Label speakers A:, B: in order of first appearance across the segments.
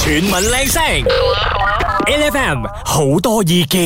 A: 全民靚聲，LFM 好多意見。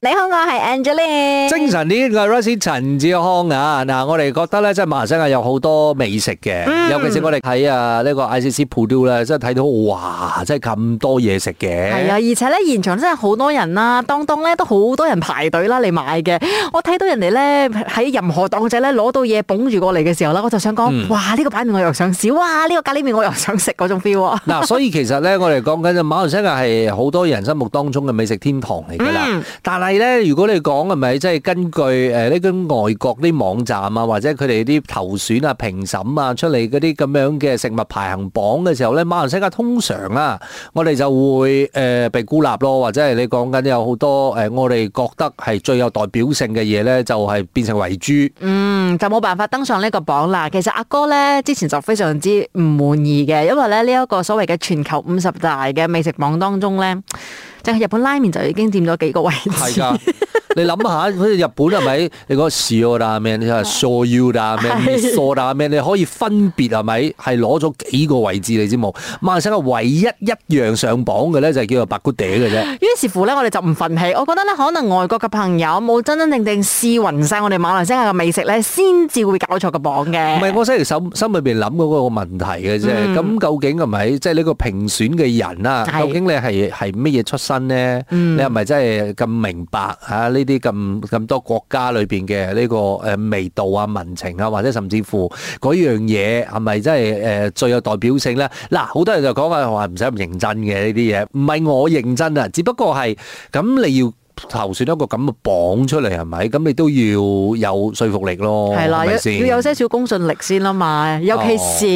B: 你好，我係 Angeline。
C: 精神啲嘅 Rosie 陳志康啊，嗱，我哋覺得咧，即係馬來西亞有好多美食嘅，
B: 嗯
C: 尤其是我哋睇啊呢個 ICC Pudu 咧，真係睇到哇，真係咁多嘢食嘅。
B: 係啊，而且咧現場真係好多人啦，當當咧都好多人排隊啦嚟買嘅。我睇到人哋咧喺任何檔仔咧攞到嘢捧住過嚟嘅時候啦，我就想講，哇！呢個擺面我又想試，哇！呢個咖喱麵我又想食嗰種 feel 啊。
C: 嗱，所以其實咧，我哋講緊就馬來西亞係好多人心目當中嘅美食天堂嚟㗎啦。
B: 嗯
C: 但係咧，如果你講係咪即係根據誒呢啲外國啲網站啊，或者佢哋啲投選啊、評審啊出嚟嗰啲咁樣嘅食物排行榜嘅時候咧，馬來西亞通常啊，我哋就會誒、呃被孤立咯，或者係你講緊有好多誒、呃我哋覺得係最有代表性嘅嘢咧，就係、變成遺珠。
B: 嗯，就冇辦法登上呢個榜啦。其實阿哥咧之前就非常之唔滿意嘅，因為咧呢一個所謂嘅全球五十大嘅美食榜當中咧，就係日本拉麵就已經佔咗幾個位置。
C: 係㗎。你諗下，好似日本係咪？你講 s h o r a m e n 你話 s h o u r a m e n
B: 係
C: s h o r a m e n 你可以分別係咪係攞咗幾個位置你知冇？馬來西亞唯一一樣上榜嘅咧就係叫做白骨嗲嘅啫。
B: 於是乎咧，我哋就唔忿氣。我覺得咧，可能外國嘅朋友冇真真正正試勻晒我哋馬來西亞嘅美食咧，先至會搞錯個榜 嘅。
C: 唔係我真係心心裏邊諗嗰個問題嘅啫。咁、究竟係咪即係呢個評選嘅人啊？
B: 係
C: 究竟你係係乜嘢出身咧？你係咪真係咁明白啊？呢啲咁咁多國家裏邊嘅呢個誒味道啊、民情啊，或者甚至乎嗰樣嘢係咪真係誒最有代表性咧？嗱，好多人就講話話唔使咁認真嘅呢啲嘢，唔係我認真啊，只不過係咁你要。投選一個咁嘅榜出嚟係咪？咁你都要有說服力咯，
B: 係啦，
C: 哦係
B: 要
C: 咪先哦
B: 要有些少公信力先啦嘛。尤其是、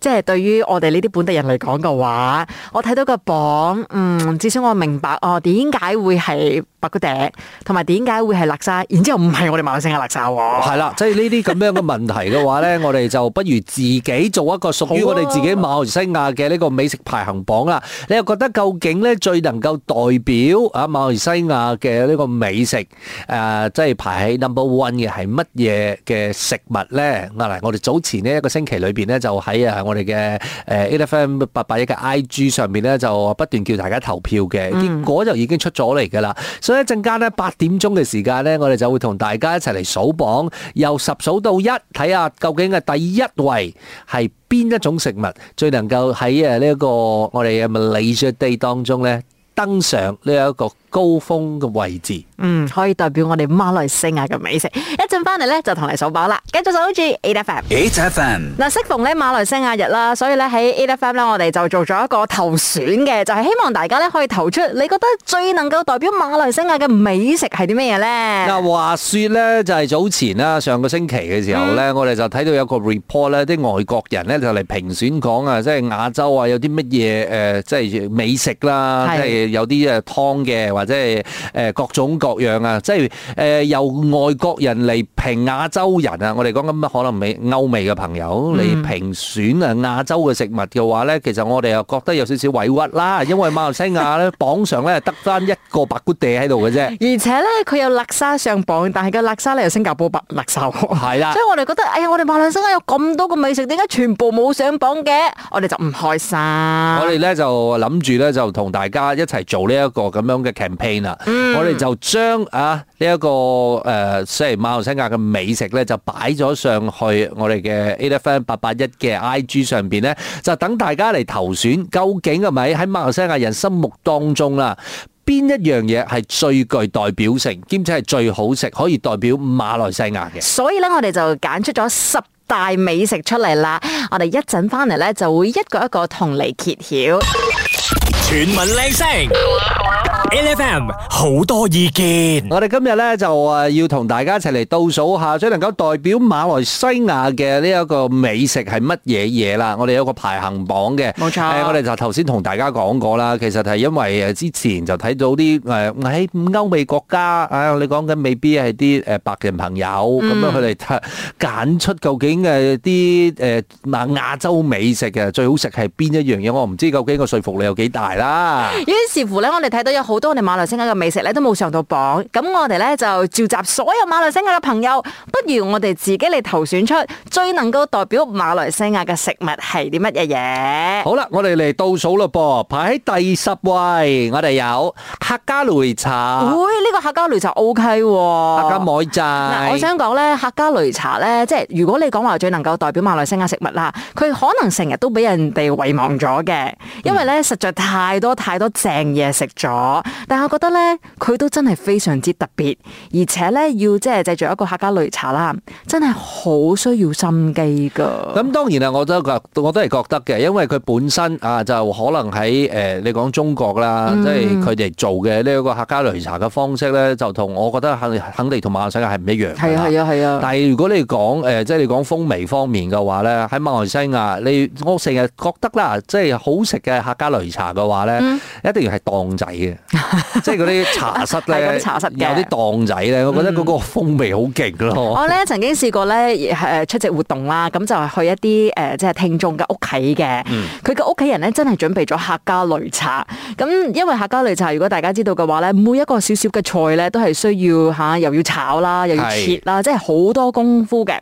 B: 即係對於我哋呢啲本地人嚟講嘅話，我睇到個榜，嗯，至少我明白哦，點解會係白骨頂，同埋點解會係辣沙，然之後唔係我哋馬來西亞辣沙喎。
C: 係啦，即係呢啲咁樣嘅問題嘅話 咧，我哋就不如自己做一個屬於我哋自己馬來西亞嘅呢個美食排行榜啦。你又覺得究竟咧最能夠代表啊馬來西亞嘅呢個美食誒、呃即係排喺 number one 嘅係乜嘢嘅食物咧？嗱，嗱我哋早前呢一個星期裏邊咧，就喺啊我哋嘅誒 8FM 八啊八一嘅 IG 上面咧，就不斷叫大家投票嘅，結果就已經出咗嚟㗎啦。所以一陣間咧八點鐘嘅時間咧，我哋就會同大家一齊嚟數榜，由十數到一，睇下究竟嘅第一位係邊一種食物最能夠喺呃誒呢一個我哋嘅 Malaysia Day 當中咧登上呢一個高峰嘅位置。
B: 嗯，可以代表我哋馬來西亞嘅美食。一陣翻嚟咧就同你數榜啦，繼續守住 A F M。
A: HFM
B: 嗱，適逢咧馬來西亞日啦，所以咧喺 A F M 咧，我哋就做咗一個投選嘅，就係、希望大家咧可以投出你覺得最能夠代表馬來西亞嘅美食係啲乜嘢
C: 嗱，
B: 咧？
C: 話説咧，就係早前啦，上個星期嘅時候咧，我哋就睇到有個 report 咧，啲外國人咧就嚟評選講啊，即係亞洲啊，有啲乜嘢誒，呃即係美食啦，
B: 係
C: 即係有啲誒湯嘅，或者係誒各種各樣啊，即係誒由外國人嚟評亞洲人啊，我哋講緊可能美歐美嘅朋友嚟評選啊亞洲嘅食物嘅話咧，其實我哋又覺得有少少委屈啦，因為馬來西亞咧榜上咧得翻一個白骨地喺度嘅啫，
B: 而且咧佢有辣沙上榜，但係個辣沙咧係新加坡白辣沙喎。
C: 係啦
B: 所以。我哋覺得，哎呀，我哋馬來西亞有咁多個美食，點解全部冇上榜嘅？我哋就唔開心。
C: 我哋咧就諗住咧就同大家一齊做呢一個咁樣嘅 campaign 啦。我哋就將啊呢一、個呃誒即係馬來西亞嘅美食咧就擺咗上去我哋嘅 A F M 八八一嘅 I G 上邊咧，就等大家嚟投選，究竟係咪喺馬來西亞人心目當中啦？邊一樣嘢係最具代表性，兼且係最好食，可以代表馬來西亞嘅？
B: 所以咧，我哋就揀出咗十大美食出嚟啦。我哋一陣翻嚟咧，就會一個一個同你揭曉。
A: 全民靚聲，LFM 好多意見。
C: 我哋今日咧就啊要同大家一齊嚟倒數下，最能夠代表馬來西亞嘅呢一個美食係乜嘢嘢啦？我哋有個排行榜嘅，
B: 冇錯
C: 誒我哋就頭先同大家講過啦，其實係因為誒之前就睇到啲誒喺歐美國家啊，你講緊未必係啲誒白人朋友咁樣，佢哋揀出究竟誒啲誒亞亞洲美食嘅最好食係邊一樣嘢？我唔知究竟個說服力有幾大啦。啦。
B: 於是乎咧，我哋睇到有好多我哋馬來西亞嘅美食咧都冇上到榜，咁我哋咧就召集所有馬來西亞嘅朋友，不如我哋自己嚟投選出最能夠代表馬來西亞嘅食物係啲乜嘢嘢？
C: 好啦，我哋嚟倒數咯噃，排喺第十位，我哋有客家擂茶、
B: 會呢、個客家擂茶 O K 喎，
C: 啊客家妹
B: 嗱，我
C: 仔。
B: 想講咧，客家擂茶咧，即係如果你講話最能夠代表馬來西亞食物啦，佢可能成日都俾人哋遺忘咗嘅，因為咧實在太多太多正嘢食咗。但係我覺得咧，佢都真係非常之特別，而且咧要即係製作一個客家擂茶啦，真係好需要心機噶。
C: 咁當然啦，我都覺，我都係覺得嘅，因為佢本身啊，就可能喺誒、呃你講中國啦，
B: 嗯
C: 即係佢哋做嘅呢一個客家擂茶嘅方式咧，就同我覺得肯肯定同馬來西亞係唔一樣㗎啦。
B: 係啊係啊係啊！
C: 但係如果你講誒、呃即係你講風味方面嘅話咧，喺馬來西亞，你我成日覺得啦，即係好食嘅客家擂茶嘅話咧，
B: 嗯
C: 一定要係檔 仔嘅，即係嗰啲茶室
B: 係嗰
C: 咧，
B: 啲茶室嘅嗯
C: 有啲檔仔咧，我覺得嗰個風味好勁 咯。
B: 我咧曾經試過咧誒出席活動啦，咁就係去一啲誒即係聽眾嘅屋企嘅，
C: 嗯
B: 佢嘅屋企人咧真係準備咗客家擂茶。咁因為客家擂茶，如果大家知道嘅話咧，每一個少少嘅菜咧都係需要嚇、又要炒啦，又要
C: 係
B: 切啦，即係好多功夫嘅。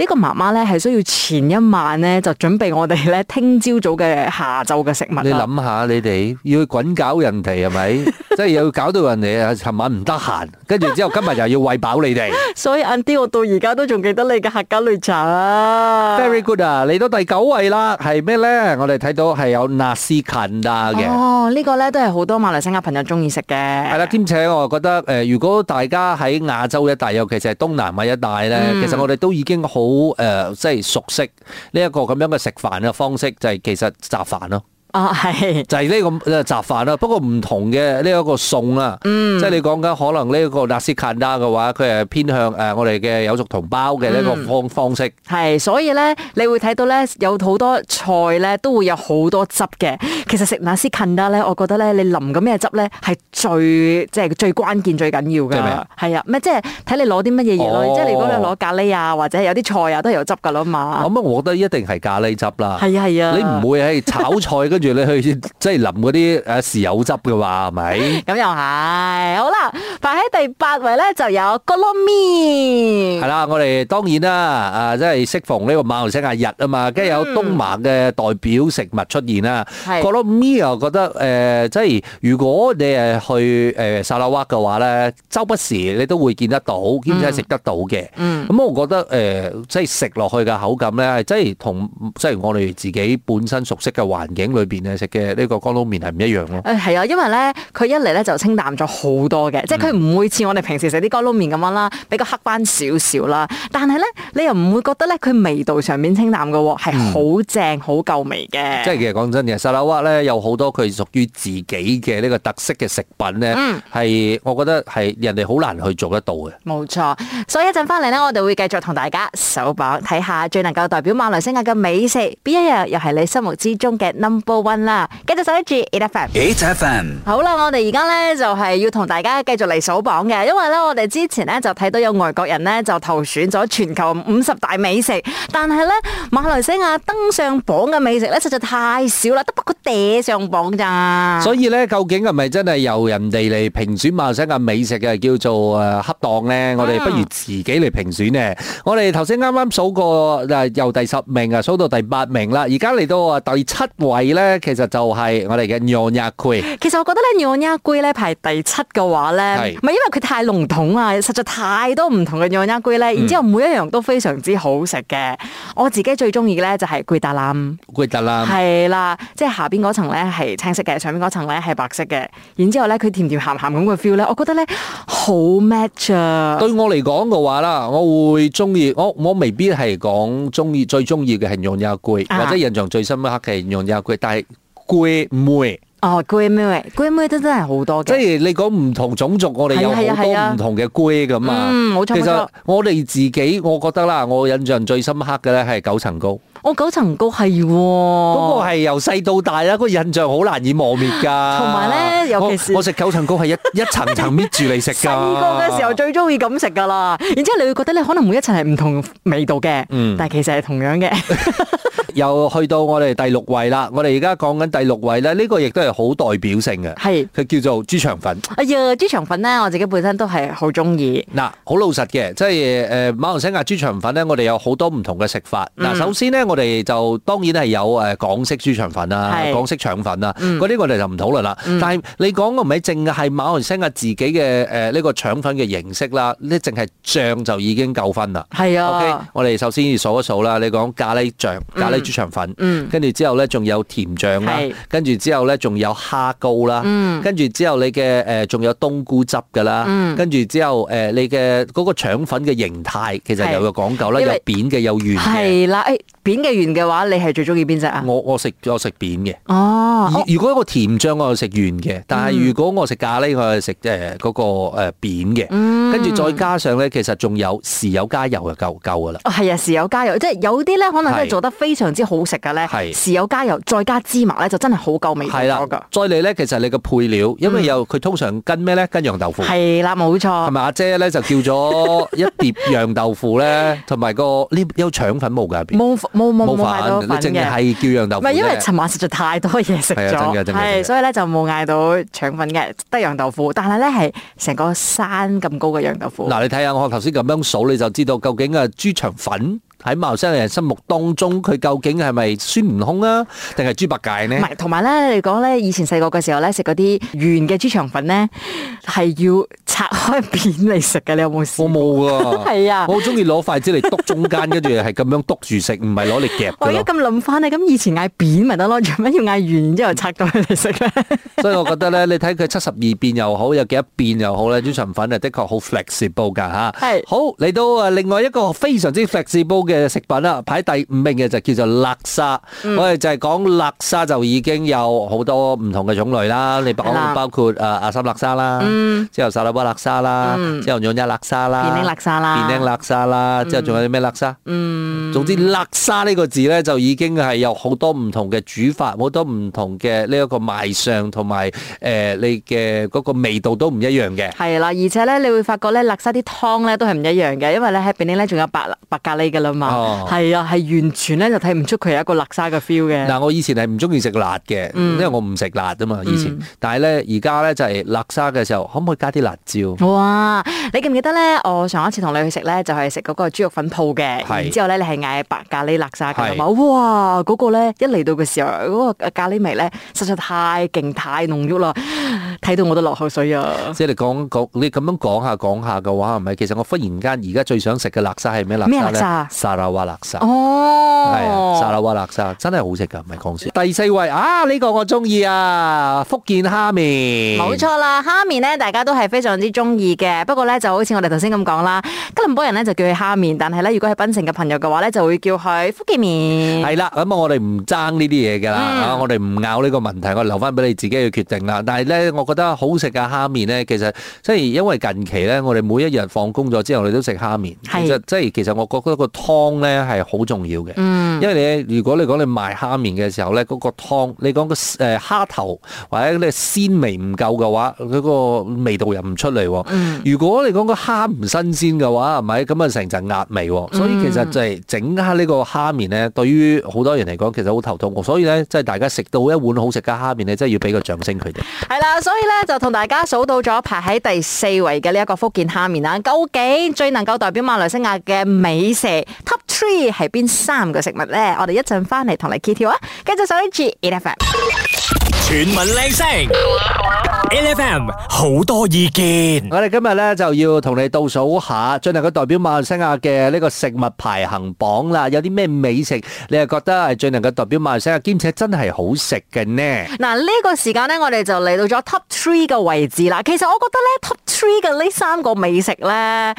B: 呢個媽媽咧係需要前一晚咧就準備我哋咧聽朝早嘅下晝嘅食物
C: 你
B: 啦。
C: 諗下，你哋要去滾搞人哋係 咪？即係要搞到人哋啊，尋晚唔得閒，跟住之後今日又要餵飽 你哋。
B: 所以 a n d y 我到而家都仲記得你嘅客家擂茶啊。
C: Very good 啊！嚟到第九位啦，係咩咧？我哋睇到係有納斯近啊嘅。
B: 哦，呢個咧都係好多馬來西亞朋友中意食嘅。
C: 係
B: 係
C: 啦，兼且我覺得誒、呃如果大家喺亞洲一帶，尤其是係東南亞一帶咧，
B: 嗯
C: 其實我哋都已經好誒、呃即係熟悉呢一個咁樣嘅食飯嘅方式，就係、其實雜飯咯，
B: 啊，係。
C: 就係、呢個誒呃雜飯啦。不過唔同嘅呢一個餸啦，
B: 嗯
C: 即係你講緊可能呢一個納斯坎達嘅話，佢係偏向誒、呃我哋嘅有族同胞嘅呢一個
B: 嗯
C: 方、方式。
B: 係，所以咧，你會睇到咧，有好多菜咧都會有好多汁嘅。其實食那斯近得咧，我覺得咧，你淋嘅咩汁咧係最即係最關鍵、最緊要
C: 即係咩
B: 㗎。係啊，咩即係睇你攞啲乜嘢嘢
C: 哦
B: 咯。即係如果你攞咖喱啊，或者有啲菜啊，都係有汁㗎啦嘛。
C: 咁啊，我覺得一定係咖喱汁啦。
B: 係啊係啊，
C: 你唔會係炒菜，跟住你去 即係淋嗰啲誒豉油汁嘅話，係咪？
B: 咁又係好啦。排喺第八位咧就有哥羅咪嗯
C: 係。啦，我哋當然啦，啊，即係適逢呢個馬來西亞日啊嘛，跟住有東盟嘅代表食物出現啦。
B: 係
C: 覺得咪又覺得誒、呃即係如果你係去誒沙拉瓦嘅話咧，周不時你都會見得到，兼且食得到嘅。咁、我覺得誒、呃即係食落去嘅口感咧，即係同即係我哋自己本身熟悉嘅環境裏邊咧食嘅呢個江撈麵係唔一樣咯。
B: 誒係啊，因為咧佢一嚟咧就清淡咗好多嘅，即
C: 嗯
B: 係佢唔會似我哋平時食啲乾撈麵咁樣啦，比較黑翻少少啦。
C: 嗯
B: 但係咧，你又唔會覺得咧佢味道上面清淡嘅喎，係好正好夠味嘅。
C: 嗯即係其實講真嘅，沙拉瓦咧有好多佢屬於自己嘅呢個特色嘅食品咧，係、我覺得係人哋好難去做得到嘅。
B: 冇錯，所以一陣翻嚟咧，我哋會繼續同大家手榜睇下最能夠代表馬來西亞嘅美食，邊一樣又係你心目之中嘅 number one 啦。繼續守住 e f m
A: HFM，
B: 好啦，我哋而家咧就係要同大家繼續嚟數榜嘅，因為咧我哋之前咧就睇到有外國人咧就投選咗全球五十大美食，但係咧馬來西亞登上榜嘅美食咧實在太少啦，得不過嗲上榜咋。
C: 所以咧，究竟係咪真係由人哋嚟評選馬來西亞美食嘅叫做誒恰當咧？我哋不如自己嚟評選咧。我哋頭先啱啱數過誒，由第十名啊數到第八名啦，而家嚟到啊第七位咧，其實就係我哋嘅 n o n a k u
B: 其實我覺得咧，釀鴨龜咧排第七嘅話咧，
C: 係
B: 唔係因為佢太籠統啊，實在太多唔同嘅釀鴨龜咧，然之後每一樣都非常之好食嘅。我自己最中意咧就係攰達腩。
C: i 特啦。
B: 係啦，即係下邊嗰層咧係青色嘅，上邊嗰層咧係白色嘅，然之後咧佢甜甜鹹鹹咁嘅 feel 咧，我覺得咧好 match 啊！
C: 對我嚟講嘅話啦，我會中意我我未必係講中意最中意嘅係用友攰，
B: 啊
C: 或者印象最深刻嘅係用友攰，但係攰妹，
B: 哦 g r e y m a y g r e y m a y 都真係好多
C: 即
B: 嘅，
C: 係你講唔同種族，我哋有
B: 係啊係啊
C: 好
B: 係啊
C: 多唔同嘅攰噶嘛。
B: 嗯冇錯
C: 其
B: 冇錯
C: 實我哋自己，我覺得啦，我印象最深刻嘅咧係九層高，
B: 我九層高係喎，
C: 嗰個
B: 嗰
C: 係由細到大啦，嗰個印象好難以磨滅㗎。同
B: 埋呢尤其是
C: 我食九層高係一一層層搣住嚟食 㗎。
B: 細個嘅時候最中意咁食噶
C: 嗯
B: 啦，然之後你會覺得咧可能每一層係唔同味道嘅，但係其實係同樣嘅。
C: 又去到我哋第六位啦。我哋而家講緊第六位咧，呢、個亦都係好代表性嘅，
B: 係
C: 佢叫做豬腸粉。
B: 哎呀，豬腸粉咧，我自己本身都係好中意。
C: 嗱，好老實嘅，即係誒馬來西亞豬腸粉咧，我哋有好多唔同嘅食法。嗱、首先咧，我哋就當然係有誒港式豬腸粉啦、
B: 係
C: 港式腸粉啦，嗰啲、我哋就唔討論啦。但係你講嘅唔係淨係馬來西亞自己嘅誒呢個腸粉嘅形式啦，呢淨係醬就已經夠分啦。
B: 係
C: OK，
B: 啊，
C: 我哋首先要數一數啦。你講咖喱醬、咖喱豬腸粉，
B: 嗯
C: 跟住之後咧仲有甜醬啦
B: 係，
C: 跟住之後咧仲有蝦膏啦，
B: 嗯
C: 跟住之後你嘅誒仲有冬菇汁噶啦，
B: 嗯
C: 跟住之後誒你嘅嗰個腸粉嘅形態其實
B: 係
C: 又有講究啦，
B: 因
C: 有
B: 為
C: 扁嘅有圓嘅。
B: 係啦。誒，扁嘅圓嘅話，你係最中意邊只啊？
C: 我我食我食扁嘅，
B: 哦，嗯
C: 如如果我甜醬我係食圓嘅，但係如果我食咖喱我係食誒嗰個誒扁嘅，
B: 嗯
C: 跟住再加上咧其實仲有豉油加油就夠夠噶啦。
B: 哦，係啊，豉油加油，即係有啲咧，可能真
C: 係
B: 係做得非常之好食嘅咧，
C: 係
B: 豉油加油再加芝麻咧，就真係好夠味
C: 係啦
B: 道噶，。
C: 再嚟咧，其實你個配料，因為有佢通常跟咩咧？跟洋豆腐。
B: 係啦，冇
C: 係
B: 錯，
C: 咪阿姐咧就叫咗一碟洋豆腐咧，同埋個呢有腸粉冇㗎入邊，
B: 冇冇冇冇買到
C: 粉，你
B: 粉
C: 淨
B: 嘅。
C: 係叫洋豆
B: 唔
C: 腐
B: 係
C: 啫。
B: 因為尋晚實在太多嘢食
C: 係啊真嘅
B: 咗，
C: 真嘅真嘅
B: 係所以咧就冇嗌到腸粉嘅，得洋豆腐，但係咧係成個山咁高嘅洋豆腐。
C: 嗱，你睇下我頭先咁樣數，你就知道究竟啊豬腸粉喺馬來西亞人心目當中，佢究竟係咪孫悟空啊，定係豬八戒
B: 唔
C: 呢？
B: 係，同埋咧，你講咧，以前細個嘅時候咧，食嗰啲圓嘅豬腸粉咧，係要拆開片嚟食嘅。你有冇試
C: 我
B: 過？
C: 冇㗎，
B: 係啊
C: 我好中意攞筷子嚟篤中間，跟住係咁樣篤住食，唔係攞嚟夾
B: 我
C: 㗎
B: 而家
C: 咯。
B: 咁諗翻咧，咁以前嗌扁咪得咯，做乜要嗌圓然之後拆咗佢嚟食 咧？
C: 所以我覺得咧，你睇佢七十二變又好，有幾多變又好咧，豬腸粉啊，的確好 flexible 噶嚇。
B: 係
C: 好嚟到啊，另外一個非常之 flexible 嘅食品啦，排第五名嘅就叫做辣沙。
B: 嗯
C: 我哋就係講辣沙就已經有好多唔同嘅種類啦，你
B: 係
C: 講
B: 啦嗯
C: 包括誒阿三辣沙啦，之後沙拉巴辣沙啦，之後養一辣沙啦，
B: 變拎辣沙啦
C: 變拎辣沙啦，之後仲有啲咩辣沙？總之，辣沙呢個字咧，就已經係有好多唔同嘅煮法，好多唔同嘅呢一個賣相，同埋誒你嘅嗰個味道都唔一樣嘅。
B: 係啦，而且咧，你會發覺咧，辣沙啲湯咧都係唔一樣嘅，因為咧喺便利咧仲有白白咖喱噶啦嘛
C: 哦，
B: 係啊、係完全咧就睇唔出佢有一個辣沙嘅 feel 嘅。
C: 嗱，我以前係唔中意食辣嘅，因為我唔食辣啊嘛。以前，但係咧而家咧就係辣沙嘅時候，可唔可以加啲辣
B: 嗯
C: 椒？
B: 哇！你記唔記得咧？我上一次同你去食咧，就係食嗰個豬肉粉鋪嘅，
C: 係
B: 然之後咧你係嗌白咖喱辣沙㗎
C: 係
B: 嘛？哇！嗰、個咧一嚟到嘅時候，嗰、個咖喱味咧實在太勁太濃郁啦，睇到我都落口水啊！
C: 即係你講講，你咁樣講下講下嘅話，係咪？其實我忽然間而家最想食嘅辣沙係咩辣
B: 咩
C: 沙
B: 辣沙
C: 咧？沙拉哇辣沙。係啊，
B: 哦，
C: 沙拉哇辣沙真係好食㗎，唔係講笑。第四位啊，呢、個我中意啊，福建蝦面。
B: 冇錯啦，蝦面咧大家都係非常之中意嘅。不過咧就好似我哋頭先咁講啦，吉隆坡人咧就叫佢蝦面，但係咧如果係檳城嘅朋友嘅話咧，就會叫佢福建面。
C: 係啦，咁啊我哋唔爭呢啲嘢㗎啦，
B: 嗯
C: 啊我哋唔拗呢個問題，我留翻俾你自己去決定啦。但係咧，我覺得好食嘅蝦面咧，其實即係因為近期咧，我哋每一日放工咗之後，我哋都食蝦面。其
B: 係
C: 實即係其實我覺得個湯咧係好重要嘅，
B: 嗯
C: 因為你如果你講你賣蝦面嘅時候咧，嗰、個湯你講個誒蝦頭或者你鮮味唔夠嘅話，嗰、個味道又唔出嚟喎。
B: 嗯
C: 如果你講個蝦唔新鮮嘅話，係咪咁啊成陣壓味喎？所以其
B: 嗯
C: 實就係整下呢個蝦面咧，對於好多人嚟講其實好頭痛。所以咧，即係大家食到一碗好食嘅蝦面咧，真係要俾個掌聲佢哋。
B: 係啦，所以咧就同大家數到咗排喺第四位嘅呢一個福建蝦面啦。究竟最能夠代表馬來西亞嘅美食 Top Three 係邊三個食物咧？我哋一陣翻嚟同你揭曉啊！繼續守住 E F M。
A: 全民靚聲，L F M 好多意見，
C: 我哋今日咧就要同你倒數下最能夠代表馬來西亞嘅呢個食物排行榜啦。有啲咩美食你係覺得係最能夠代表馬來西亞，兼且真係好食嘅呢？
B: 嗱，呢個時間咧，我哋就嚟到咗 Top Three 嘅位置啦。其實我覺得咧，Top Three 嘅呢三個美食咧，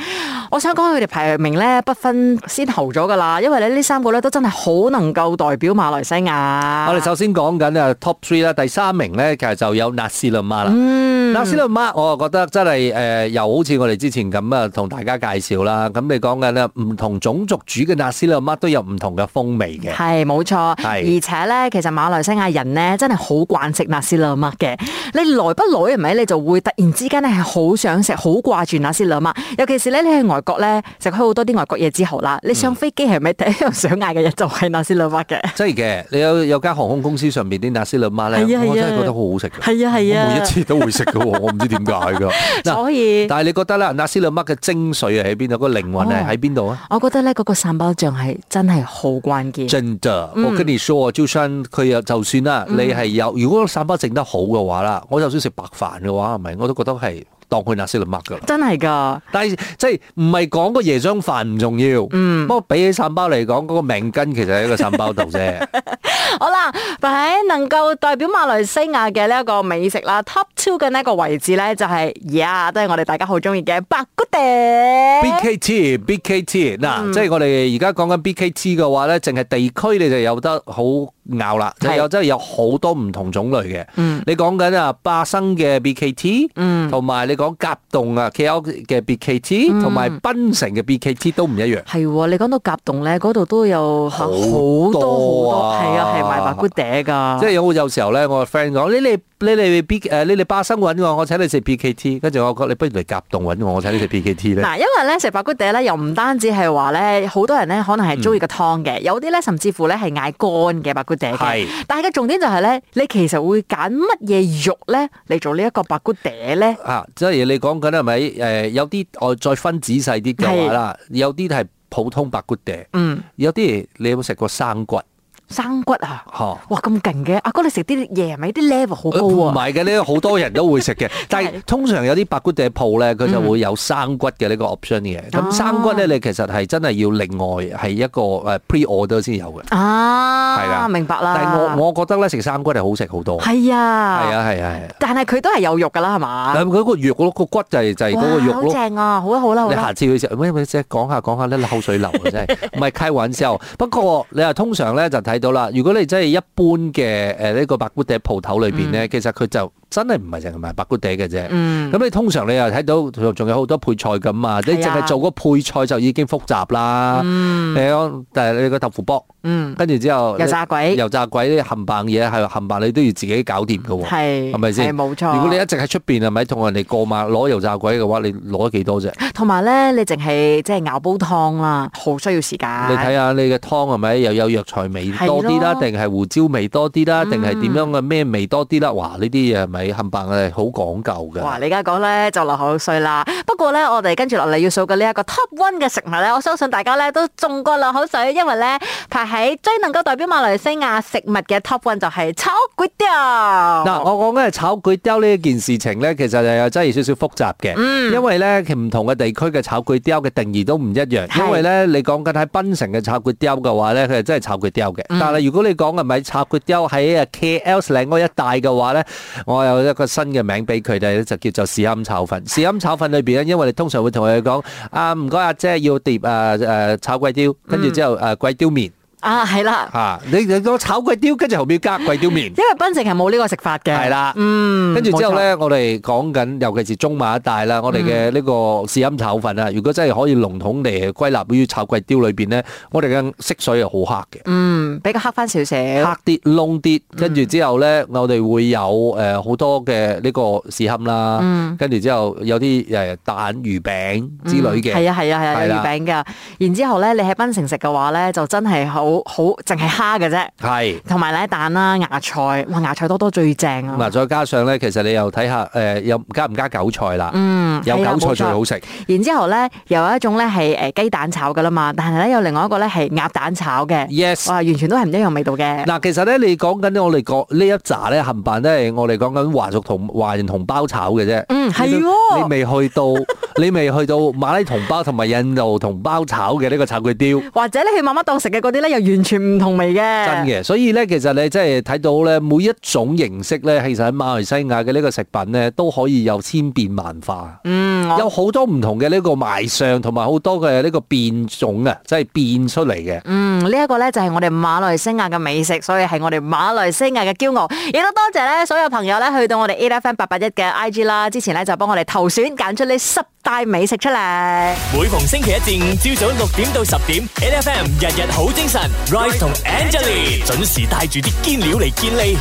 B: 我想講佢哋排名咧不分先後咗噶啦，因為咧呢三個咧都真係好能夠代表馬來西亞。
C: 啊我哋首先講緊啊 top three 啦，第三名咧其實就有納斯勒馬啦，嗱，斯里馬，我覺得真係誒、呃又好似我哋之前咁啊，同大家介紹啦。咁你講緊咧，唔同種族煮嘅納斯里馬都有唔同嘅風味嘅。
B: 係冇錯，而
C: 係
B: 且咧，其實馬來西亞人咧真係好慣食納斯勒麥嘅。你來不來唔係你就會突然之間咧係好想食，好掛住納斯勒麥。尤其是咧，你去外國咧食開好多啲外國嘢之後啦，你上飛機係咪第一樣想嗌嘅嘢就係納斯勒麥嘅？
C: 真係嘅，你有有間航空公司上面啲納斯里馬咧
B: 係啊，係啊
C: 我真係覺得好好食嘅。
B: 係啊係
C: 我每一
B: 啊，
C: 次都會食嘅喎，我唔知點解 㗎。嗱，
B: 所以
C: 但係你覺得咧，納斯里馬嘅精髓係喺邊度？個靈魂係喺邊度啊？
B: 我覺得咧嗰個散包醬係真係好關鍵。
C: 真的，
B: 嗯
C: 我跟你說，就算佢又就算啦，你係有如果散包整得好嘅話啦，我就算食白飯嘅話，係咪我都覺得係當佢納斯里麥噶啦。
B: 真係㗎，
C: 但係即係唔係講個椰漿飯唔重要，
B: 嗯
C: 不過比起散包嚟講，嗰、個命根其實喺個散包度啫。
B: 好啦，擺喺能夠代表馬來西亞嘅呢一個美食啦，Top Two 嘅呢一個位置咧就係而家都係我哋大家好中意嘅白骨地。
C: BKT BKT 嗱，
B: 嗯
C: 即係我哋而家講緊 BKT 嘅話咧，淨係地區你就有得好拗啦，就
B: 係嗯
C: 有真係有好多唔同種類嘅。你講緊啊巴生嘅 BKT，同埋你講甲洞啊 KL 嘅
B: 嗯
C: BKT，同埋檳城嘅 BKT 都唔一樣。
B: 係喎，你講到甲洞咧，嗰度都有好多
C: 好
B: 好啊
C: 多
B: 多，
C: 啊
B: 係啊，係賣白骨嗲㗎。
C: 即係有有時候咧，我個 friend 講：你嚟你嚟 B 誒，你嚟巴生揾我，我請你食 BKT。跟住我講：你不如嚟甲洞揾我，我請你食 BKT 咧。
B: 嗱，因為咧食白骨嗲咧，又唔單止係話咧，好多人咧可能
C: 嗯
B: 係中意個湯嘅，有啲咧甚至乎咧係嗌乾嘅白骨嗲
C: 係
B: 嘅。但係個重點就係咧，你其實會揀乜嘢肉咧嚟做呢一個白骨嗲咧？
C: 啊，即係你講緊係咪？誒、有啲我再分仔細啲嘅話啦，有啲係普通白骨嗲，
B: 嗯，
C: 有啲你有冇食過生骨？
B: 生骨啊！
C: 嚇、
B: 哇，咁勁嘅！阿哥你食啲嘢係咪啲 level 好
C: 呃唔
B: 高啊？
C: 係嘅，呢好多人都會 食嘅，但係通常有啲白骨嗲鋪咧，佢就會有生骨嘅呢個 option 嘅。咁、
B: 哦
C: 生骨咧，你其實係真係要另外係一個誒 pre order 先有嘅。係啦
B: 啊，明白啦。
C: 但係我我覺得咧食生骨係好食好多。係
B: 係啊，
C: 啊係啊係啊，
B: 但係佢都係有肉㗎啦，係嘛？
C: 但係佢嗰個肉咯，個骨就係就係嗰個
B: 哇
C: 肉
B: 好
C: 咯。
B: 正啊！好啦好啦好
C: 你下
B: 啦，
C: 次去食，喂喂，即係講下講下咧，口水流啊，真係唔係開玩笑。 不過你話通常咧就睇到啦，如果你真係一般嘅呃誒呢個白骨嗲鋪頭裏邊咧，其實佢就真係唔係淨係賣白骨嗲嘅啫。咁、
B: 嗯，
C: 你通常你又睇到仲仲有好多配菜咁啊，你
B: 係
C: 淨
B: 啊
C: 係做個配菜就已經複雜啦。
B: 嗯
C: 你講但係你個豆腐卜，
B: 嗯，
C: 跟住之後
B: 油炸鬼
C: 油炸鬼啲冚棒嘢係冚棒，你都要自己搞掂嘅喎。
B: 係
C: 係咪先
B: 係冇錯。
C: 如果你一直喺出邊係咪同人哋過馬攞油炸鬼嘅話，你攞咗幾多啫？
B: 同埋咧，你淨係即係熬煲湯啦，好需要時間。
C: 你睇下你嘅湯係咪又有藥材味多啲啦，
B: 係咯嗯
C: 定係胡椒味多啲啦，定係點樣嘅咩味多啲啦？哇！呢啲嘢係咪冚唪唥係好講究
B: 哇！
C: 㗎？
B: 你而家講咧就流口水啦。不過咧，我哋跟住落嚟要數嘅呢一個 top one 嘅食物咧，我相信大家咧都中過流口水，因為咧排喺最能夠代表馬來西亞食物嘅 top one 就係炒粿條。
C: 嗱，我講緊係炒粿條呢一件事情咧，其實又真係有少少複雜嘅，因為咧其實唔同嘅地區嘅炒粿條嘅定義都唔一樣。
B: 係
C: 因為咧你講緊喺檳城嘅炒粿條嘅話咧，佢係真係炒粿條嘅。但係如果你講係咪炒粿條喺啊 KL 嶺嗰一帶嘅話咧，我有一個新嘅名俾佢哋咧，就叫做豉鵪炒粉。豉鵪炒粉裏邊咧，因為你通常會同佢哋講啊，唔該阿姐要碟啊誒炒粿條，跟住之後誒粿條麵
B: 啊，係啦，
C: 嚇，你你講炒粿條，跟住後面加粿條麵。
B: 因為檳城係冇呢個食法嘅。
C: 係啦
B: 嗯，
C: 跟住之
B: 冇
C: 後
B: 錯，嗯
C: 咧，我哋講緊，尤其是中馬一帶啦，我哋嘅呢個豉鵪炒粉啊，如果真係可以籠統地歸納於炒粿條裏邊咧，我哋嘅色水係好黑嘅，
B: 嗯，嗯比較黑翻少少。
C: 黑啲窿啲，跟住之後咧，我哋會有誒好多嘅呢個豉鵪
B: 嗯
C: 啦，跟住之後有啲誒蛋魚餅之類嘅，
B: 係啊係啊係啊，
C: 係
B: 有
C: 啦
B: 魚餅㗎。然之後咧，你喺檳城食嘅話咧，就真係好好淨係蝦嘅啫。
C: 係。
B: 同埋咧蛋啦、芽菜，哇！芽菜多多最正
C: 咁啊，
B: 啊！
C: 再加上咧，其實你又睇下誒，有加唔加韭菜啦？
B: 嗯，
C: 有
B: 係啦
C: 韭菜最。好
B: 冇錯
C: 食。
B: 然之後咧，又有一種咧係誒雞蛋炒噶啦嘛，但係咧有另外一個咧係鴨蛋炒嘅。
C: Yes。
B: 哇，完全都係唔一樣味道嘅。
C: 嗯嗱，其實咧，你講緊我哋講呢一紮咧，冚唪唥都係我哋講緊華族同華人同胞炒嘅啫。
B: 嗯係
C: 你都
B: 喎
C: 你未去 到，你未去到馬拉同胞同埋印度同胞炒嘅呢個炒粿條。
B: 或者你去媽媽檔食嘅嗰啲咧，又又完全唔同味嘅。
C: 真嘅，所以咧，其實你真係睇到咧，每一種形式咧，其實喺馬來西亞嘅呢個食品咧，都可以有千變萬化，
B: 嗯，我
C: 有好多唔同嘅呢個賣相，同埋好多嘅呢個變種啊，即係變出嚟嘅。
B: 嗯，呢、一個咧就係我哋馬來西亞嘅美食，所以係我哋馬來西亞嘅驕傲。亦都多謝咧所有朋友咧去到我哋 A F M 八八一嘅 I G 啦，之前咧就幫我哋投選揀出呢十大美食出嚟。
A: 每逢星期一至五朝早六點到十點，N F M 日日好精神，Rise 同 Angelie 準時帶住啲堅料嚟健利。